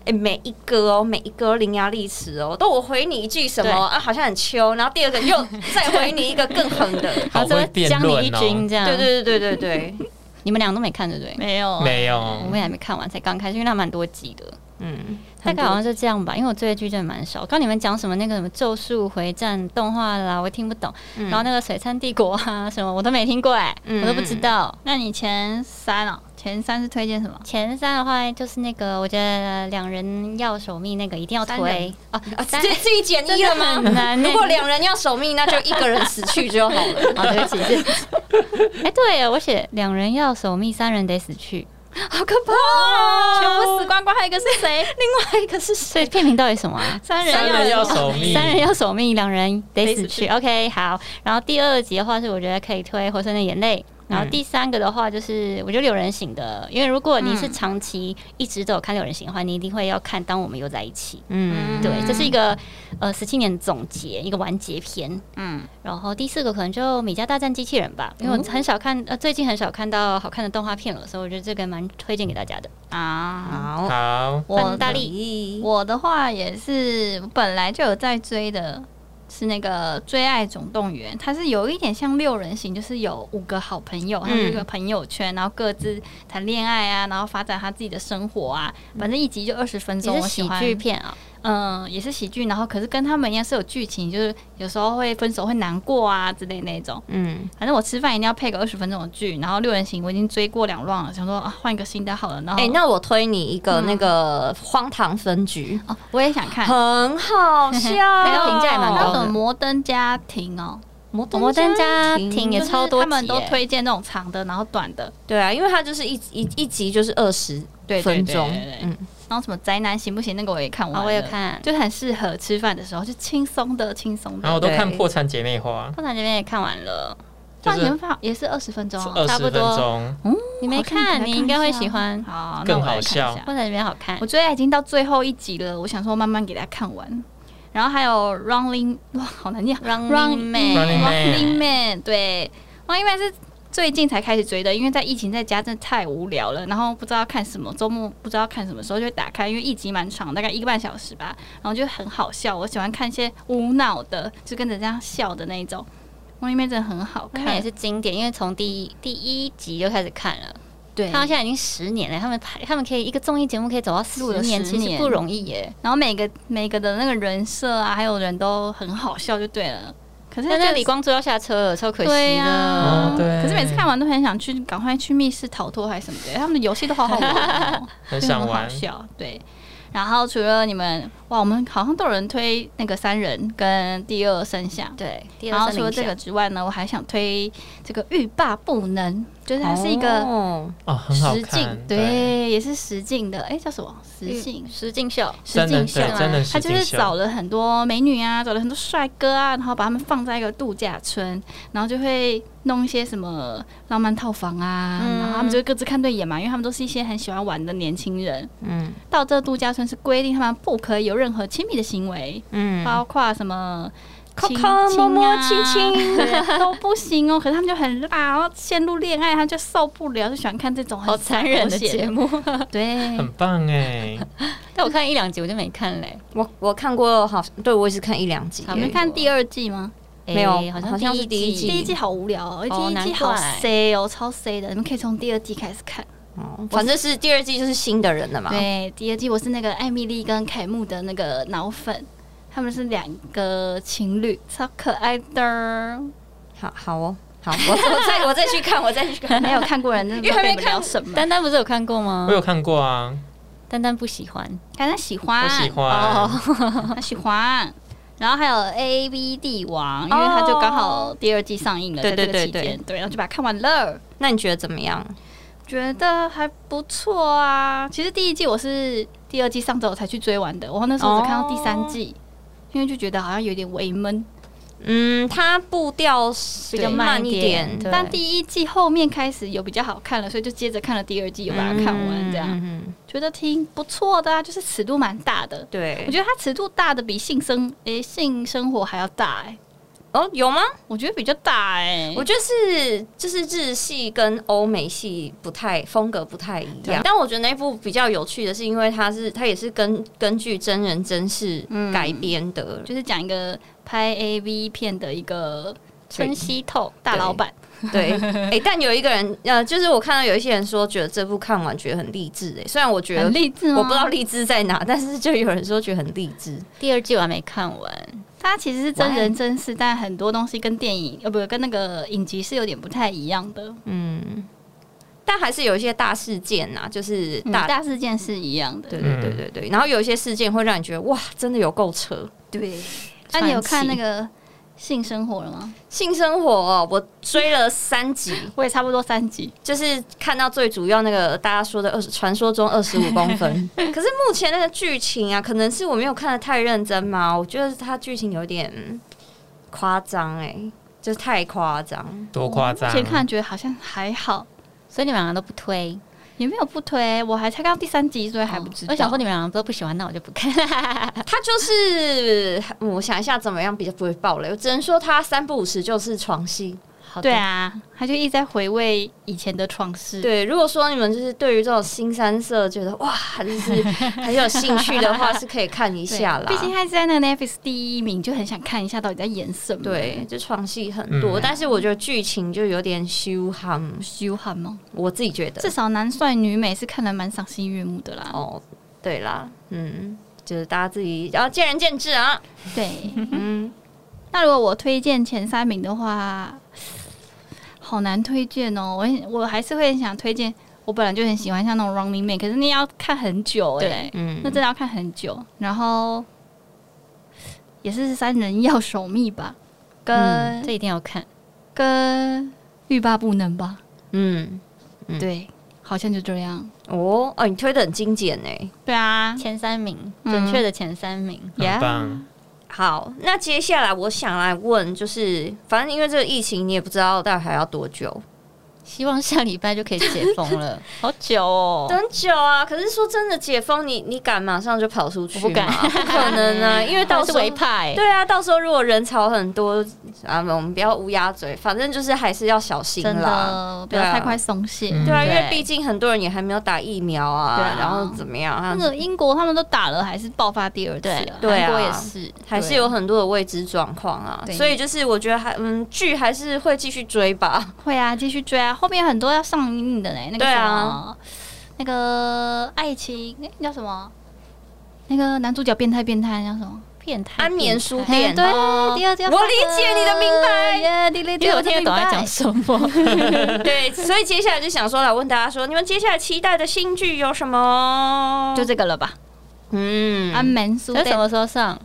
S3: 哎、每一个哦，每一个伶牙俐齿哦，都我回你一句什么
S2: 对
S3: 啊，好像很秋，然后第二个又再回你一个更狠 的，
S2: 然
S1: 好
S2: 后就
S1: 会
S2: 会
S1: 辩
S2: 将
S1: 论
S2: 你一军
S1: 哦，
S2: 这样。
S3: 对对对对对对，
S2: 你们俩都没看对不对？
S4: 没有啊
S1: 没
S2: 我
S1: 有
S2: 们也还没看完，才刚开始，因为它蛮多集的，
S3: 嗯，
S2: 大
S3: 很
S2: 概
S3: 多
S2: 好像就这样吧。因为我追的剧真的蛮少，刚你们讲什么那个什么《咒术回战》动画啦，我听不懂。
S3: 嗯
S2: 然后那个《水餐帝国》啊什么，我都没听过哎、
S3: 嗯
S2: 我都不知道。
S4: 那你前三哦，前三是推荐什么？
S2: 前三的话就是那个，我觉得两人要守密那个一定要
S4: 三人
S2: 推哦，
S3: 啊，
S2: 三
S3: 这这一减一了吗？
S2: 很难欸
S3: 如果两人要守密，那就一个人死去就好了。
S2: 哦，对不起，对不起。哎、对耶，我写两人要守密，三人得死去。
S3: 好可怕、哦！
S4: 全部死光光，还有一个是谁？
S3: 另外一个是
S2: 所以
S3: 谁？
S2: 片名到底什么啊？
S4: 三人
S1: 三人要守密，
S2: 三人要守命，两人得
S4: 得
S2: 死
S4: 死
S2: 去。
S4: 去
S2: OK，好。然后第二集的话是我觉得可以推《活生的眼泪》，然后
S3: 嗯
S2: 第三个的话就是我觉得六人行的，因为如果你是长期一直都有看六人行的话，你一定会要看《当我们又在一起》。
S3: 嗯
S2: 对，这是一个呃十七年总结，一个完结篇。
S4: 嗯，
S2: 然后第四个可能就《美加大战机器人》吧，因为我很少看，呃，最近很少看到好看的动画片了，所以我觉得这个蛮推荐给大家的。
S4: 啊，
S3: 好，
S1: 好，
S4: 我
S2: 很大力
S3: 力
S4: 我的话也是我本来就有在追的，是那个《追爱总动员》，它是有一点像六人行，就是有五个好朋友，他们有一个朋友圈，然后各自谈恋爱啊，然后发展他自己的生活啊，反正一集就二十分钟。
S2: 也
S4: 嗯我
S2: 是
S4: 喜
S2: 喜
S4: 欢
S2: 剧，片啊、
S4: 嗯，也是喜剧，然后可是跟他们一样是有剧情，就是有时候会分手会难过啊之类那种。
S3: 嗯，
S4: 反正我吃饭一定要配个二十分钟的剧，然后六人行我已经追过两 round 了，想说啊换一个新的好了。然后
S3: 哎、那我推你一个那个荒唐分局，
S4: 哦我也想看，
S3: 很 好笑，
S2: 那
S4: 哦
S2: 个评价也蛮
S4: 还有
S2: 高
S4: 什
S2: 的
S4: 么摩登家庭哦，
S3: 摩
S2: 摩登家
S3: 庭
S2: 庭嗯也
S4: 就是
S2: 超多
S4: 他们
S2: 集
S4: 都
S2: 耶
S4: 推荐那种长的，然后短的，
S3: 对啊，因为它就是一一一集就是二十
S4: 对对
S3: 分
S4: 对
S3: 钟
S4: 对对，
S3: 嗯，
S4: 然后什么宅男行不行？那个我也看完、
S2: 啊，我有，看。
S4: 就很适合吃饭的时候，就轻松的轻松
S1: 然后我
S4: 的。
S1: 都看
S3: 对
S1: 《破产姐妹花
S2: 破产这边也看完了，
S1: 就
S4: 换
S1: 是
S4: 人法也是二十分钟、》哦，
S1: 二
S2: 差
S1: 十
S2: 不
S1: 分
S2: 多
S1: 钟，
S2: 你没看，你应该会喜欢。
S4: 好，那
S1: 更
S4: 我
S1: 好
S4: 来看一
S1: 笑
S4: 下
S2: 破产这边好看
S4: 我，最爱已经到最后一集了，我想说慢慢给大家看完。然后还有 Running，哇，好难念
S2: Running Man
S4: Man，Running Man，对，Running Man 是最近才开始追的，因为在疫情在家真的太无聊了，然后不知道看什么，周末不知道看什么时候就会打开，因为一集蛮长，大概一个半小时吧，然后就很好笑。我喜欢看一些无脑的，就跟着这样笑的那一种。Running Man 真的很好
S2: 那
S4: 看，
S2: 也是经典，因为从第一第一集就开始看了，
S4: 对
S2: 看。到现在已经十年了。他们拍，他们可以一个综艺节目可以走到十
S4: 录了
S2: 年，
S4: 10
S2: 其实
S4: 年
S2: 不容易耶。
S4: 然后每个每个的那个人设啊，还有人都很好笑，就对了。可是
S2: 但
S4: 这
S2: 那李光洙要下车了，超可
S4: 对
S2: 惜
S4: 啊呀、
S2: 的。
S1: 哦对
S4: 可是每次看完都很想去，赶快去密室逃脱还是什么的。他们的游戏都好好玩、哦，
S1: 很
S4: 真的
S1: 想
S4: 很
S1: 玩
S4: 好。笑。对。然后除了你们，哇，我们好像都有人推那个三人跟第二声响。
S2: 对，第
S4: 然
S2: 二
S4: 后
S2: 声
S4: 除了这个之外呢，我还想推这个欲罢不能，就是它是一个
S3: 哦
S1: 哦，很好
S4: 实
S1: 看
S4: 境，，对，，也是实境的，哎，叫什么实境？
S2: 嗯石敬秀，
S4: 实
S1: 真的
S4: 境
S1: 对
S4: 秀啊，
S1: 真的
S4: 他
S1: 实
S4: 就
S1: 境
S4: 是
S1: 秀
S4: 找了很多美女啊，找了很多帅哥啊，然后把他们放在一个度假村，然后就会弄一些什么浪漫套房啊，
S2: 嗯
S4: 然后他们就会各自看对眼嘛，因为他们都是一些很喜欢玩的年轻人。
S3: 嗯
S4: 到这度假村是规定他们不可以有任何亲密的行为，
S3: 嗯
S4: 包括什么。
S3: 抠
S4: 亲啊
S3: 抠摸摸亲亲
S4: 对都不行哦。可是他们就很辣，然后陷入恋爱，他就受不了，就喜欢看这种很
S2: 好残忍的
S4: 狗
S3: 哦
S4: 血
S2: 节。目。
S4: 对，
S1: 很棒哎，
S2: 但我看一两集我就没看嘞。
S3: 我我看过，好，对我也是看一两集而
S2: 好
S4: 你
S3: 已，
S4: 们看第二季吗？
S3: 没有
S2: 哎好
S3: 好像是
S2: 第
S3: 第一季
S4: 第一季好无聊哦，
S2: 哦
S4: 第一季
S2: 难
S4: 好
S2: 怪
S4: C 哦，超 C 的，你们可以从第二季开始看。
S3: 哦，反正是第二季就是新的人了嘛。
S4: 对，第二季我是那个艾米丽跟凯木的那个脑粉，他们是两个情侣，超可爱的。
S3: 好好哦，好，我我再我再去看，我再去看。
S4: 没有看过人，真的不知道
S3: 因为还没
S4: 被聊什么，
S2: 丹丹不是有看过吗
S1: 我？有看过啊，
S2: 丹丹不喜欢，
S4: 但他喜欢，
S1: 我喜欢。
S4: 他 喜欢。然后还有 A V 帝王，因为他就刚好第二季上映了，
S3: 对
S4: 在这
S3: 对
S4: 个期
S3: 对
S4: 间，对，然后就把它看完了，
S3: 那你觉得怎么样？
S4: 觉得还不错啊。其实第一季我是第二季上周我才去追完的，我那时候只看到第三季，因为就觉得好像有点微闷，
S3: 嗯，它步调是
S2: 比较
S3: 慢
S2: 慢
S3: 一
S2: 一
S3: 点
S2: 点，对
S4: 但第一季后面开始有比较好看了，所以就接着看了第二季，有把它看完，这样、
S3: 嗯嗯嗯
S4: 觉得挺不错的啊，就是尺度蛮大的。我
S3: 对，
S4: 觉得它尺度大的比性生诶、性生活还要大诶、
S3: 哦，有吗？
S4: 我觉得比较大欸诶、
S3: 我觉得是就是日系跟欧美系不太风格不太一样
S4: 对，
S3: 但我觉得那部比较有趣的是，因为它是它也是根根据真人真事
S4: 嗯
S3: 改编的，
S4: 就是讲一个拍 AV 片的一个
S3: 对
S4: 村西透大老板，
S3: 对，哎、但有一个人呃，就是我看到有一些人说觉得这部看完觉得很励志、哎，虽然我觉得
S4: 很励志哦吗？
S3: 我不知道励志在哪，但是就有人说觉得很励志，
S2: 第二季我还没看完，
S4: 它其实是真人真事，但很多东西跟电影呃不跟那个影集是有点不太一样的，
S3: 嗯，但还是有一些大事件呐、就是
S4: 嗯
S3: 大
S4: 大事件是一样的。
S3: 对对对对对，然后有一些事件会让你觉得哇，真的有够扯。
S4: 对，那、啊你有
S3: 传
S4: 看
S3: 奇
S4: 那个性生活了吗？
S3: 性生活、哦，我追了三集，
S4: 我也差不多三集，
S3: 就是看到最主要那个大家说的二十传说中二十五公分。可是目前那个剧情啊，可能是我没有看的太认真嘛，我觉得它剧情有点嗯夸张哎，就是太夸张。
S1: 多夸张！
S4: 先看觉得好像还好，
S2: 所以你们两个都不推，哦
S4: 也没有不推，我还才看到第三集，所以还不知道。
S2: 我想说你们两个都不喜欢，那我就不看。
S3: 它就是、嗯我想一下怎么样比较不会爆雷，我只能说它三不五时就是床戏。
S2: 好的
S4: 对，啊，他就一直在回味以前的创世。
S3: 对，如果说你们就是对于这种新三色觉得哇， 就是很有兴趣的话，是可以看一
S4: 对，
S3: 下啦。
S4: 毕竟他是在那个 Netflix 第一名，就很想看一下到底在演什么。
S3: 对，，就床戏很多，
S1: 嗯
S3: 但是我觉得剧情就有点羞ham，
S4: 羞汗吗？
S3: 我自己觉得
S4: 至。少男帅女美是看得蛮赏心悦目的啦。
S3: 哦，对啦，嗯，就是大家自己要见仁见智啊。
S4: 对，
S3: 嗯，
S4: 那如果我推荐前三名的话，好难推荐哦。我很我还是会很想推荐，我本来就很喜欢像那种 Running Man，可是你要看很久哎、
S2: 对
S3: 嗯
S4: 那真的要看很久。然后也是三人要守密吧，跟、
S3: 嗯
S2: 这一定要看。
S4: 跟欲罢不能吧，
S3: 嗯，嗯
S4: 对，好像就这样。
S3: 哦哦，你推的很精简呢。
S4: 对啊，
S2: 前三名，
S4: 嗯
S2: 准确的前三名。
S1: 很棒。
S3: 好，那接下来我想来问，就是反正因为这个疫情，你也不知道到底还要多久，
S2: 希望下礼拜就可以解封了，好久哦。
S3: 很久啊。可是说真的，解封你你敢马上就跑出去
S2: 我
S3: 吗？
S2: 不敢
S3: 不可能啊，因为到
S2: 倒
S3: 时
S2: 是
S3: 候
S2: 维派，
S3: 对啊，到时候如果人潮很多啊，我们不要乌鸦嘴，反正就是还是要小心
S4: 真
S3: 啦。
S4: 的不
S3: 对啊
S4: 要太快松懈。
S1: 嗯
S3: 对啊，因为
S2: 对
S3: 毕竟很多人也还没有打疫苗啊，
S4: 对啊
S3: 然后怎么样啊
S4: 那，个英国他们都打了，还是爆发第二次
S2: 对
S4: 啊？
S3: 对啊
S2: 韩国也是，
S3: 还是有很多的未知状况啊。
S4: 对
S3: 所以就是我觉得还嗯，剧还是会继续追吧。
S4: 会啊，继续追啊，后面很多要上映的嘞，那个
S3: 对
S4: 什
S3: 啊
S4: 么，那个爱情、诶叫什么？那个男主角变态变态叫什么？
S2: 变态
S3: 安眠书
S4: 哎
S3: 店，
S4: 对，
S2: 哦
S4: 第二季要
S3: 我
S4: 上
S3: 理
S4: 了
S3: 解你的明白
S4: 耶，你理
S2: 因
S4: 解
S2: 为我
S4: 我的
S2: 听得
S4: 明
S2: 懂在
S4: 白
S2: 讲。什么。
S3: 对， 所以接下来就想说来问大家说，你们接下来期待的新剧有什么？
S4: 就这个了吧，
S3: 嗯，
S4: 安眠书
S2: 那什
S4: 店
S2: 么时候上？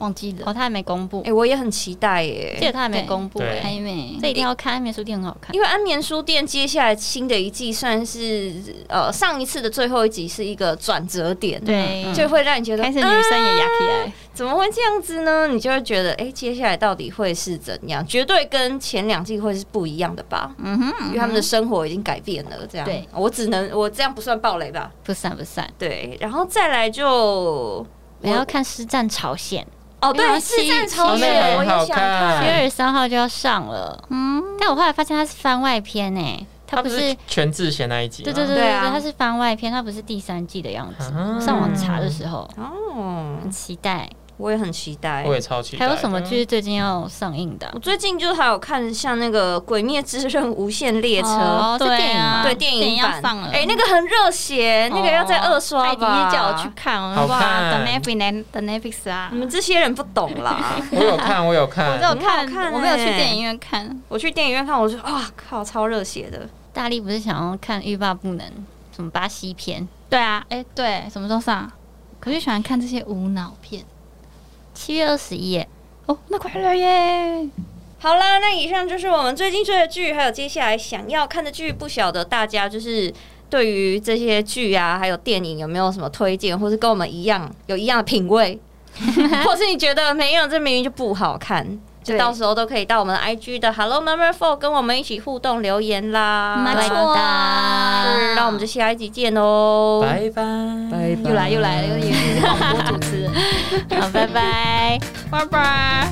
S4: 忘记了
S2: 哦，，他还没公布
S3: 哎、，我也很期待耶、
S2: 记得他还没公布
S1: 对
S2: 哎，
S4: 还没
S2: 这一定要看，安眠书店很好看。
S3: 因为安眠书店接下来新的一季算是呃上一次的最后一集是一个转折点，
S4: 对
S2: 嗯
S3: 就会让你觉得
S4: 开始女生也压起
S3: 啊
S4: 来，
S3: 怎么会这样子呢？你就会觉得哎、诶接下来到底会是怎样？绝对跟前两季会是不一样的吧？
S4: 嗯哼，
S3: 因为他们的生活已经改变了，这样。
S4: 对，
S3: 我只能我这样不算暴雷吧？
S2: 不散不散，
S3: 对，然后再来就
S2: 我要看《师战朝鲜
S3: 哦，对
S2: 因为，它
S3: 是
S2: 七
S3: 战朝
S1: 哦那
S3: 鲜，
S1: 个
S3: 我
S1: 很
S3: 也
S1: 好
S3: 想
S1: 看》，
S2: 七
S1: 对
S2: 月二十三号就要上了。
S4: 嗯，
S2: 但我后来发现它是番外篇诶，它
S1: 他
S2: 不
S1: 不
S2: 是，
S1: 是
S2: 对
S1: 全智贤那一集吗？
S2: 对对对
S3: 对
S2: 对，
S3: 啊
S2: 它是番外篇，它不是第三季的样子。
S1: 啊
S2: 上网查的时候，
S3: 哦，
S2: 很期待。
S3: 我也很期待
S1: 我。也超期待。
S2: 还有什么？剧 最近要上映的啊
S3: 我？最近就还有看像那个《鬼灭之刃：无限列车》
S4: 哦
S2: 对
S4: 是电影
S2: 啊
S4: 吗
S3: 对电影
S4: 要
S3: 版
S4: 上了，哦
S3: 哎、那个很热血，那个要再二刷吧。
S4: 艾迪叫我去看，我
S1: 好
S4: 说哇，
S1: 看
S4: 等 Netflix 等 Netflix 啊
S3: 你，们这些人不懂啦！
S1: 我有看，我有
S4: 我
S1: 看
S4: 只。有
S3: 很好看
S4: 看，我没有去
S3: 欸
S4: 电影院看，
S3: 我去电影院看，我就哇靠，超热血的。
S2: 大力不是想要看欲罢不能什么巴西片？
S4: 对啊，哎对，什么时候上？可是喜欢看这些无脑片
S2: 七月二十一，
S4: 哦，那快乐耶！
S3: 好啦，那以上就是我们最近追的剧，还有接下来想要看的剧。不晓得大家就是对于这些剧啊，还有电影有没有什么推荐，或是跟我们一样有一样的品味， 或是你觉得没有这明明就不好看，就
S4: 对
S3: 到时候都可以到我们的 IG 的 Hello Number Four 跟我们一起互动留言啦。
S4: 没
S2: 对
S4: 错
S2: 的
S3: 是那我们就下一集见哦喽，
S1: 拜拜，
S4: 又来又来了，又又又是广播主持人，
S2: 好，拜拜。
S4: 拜拜。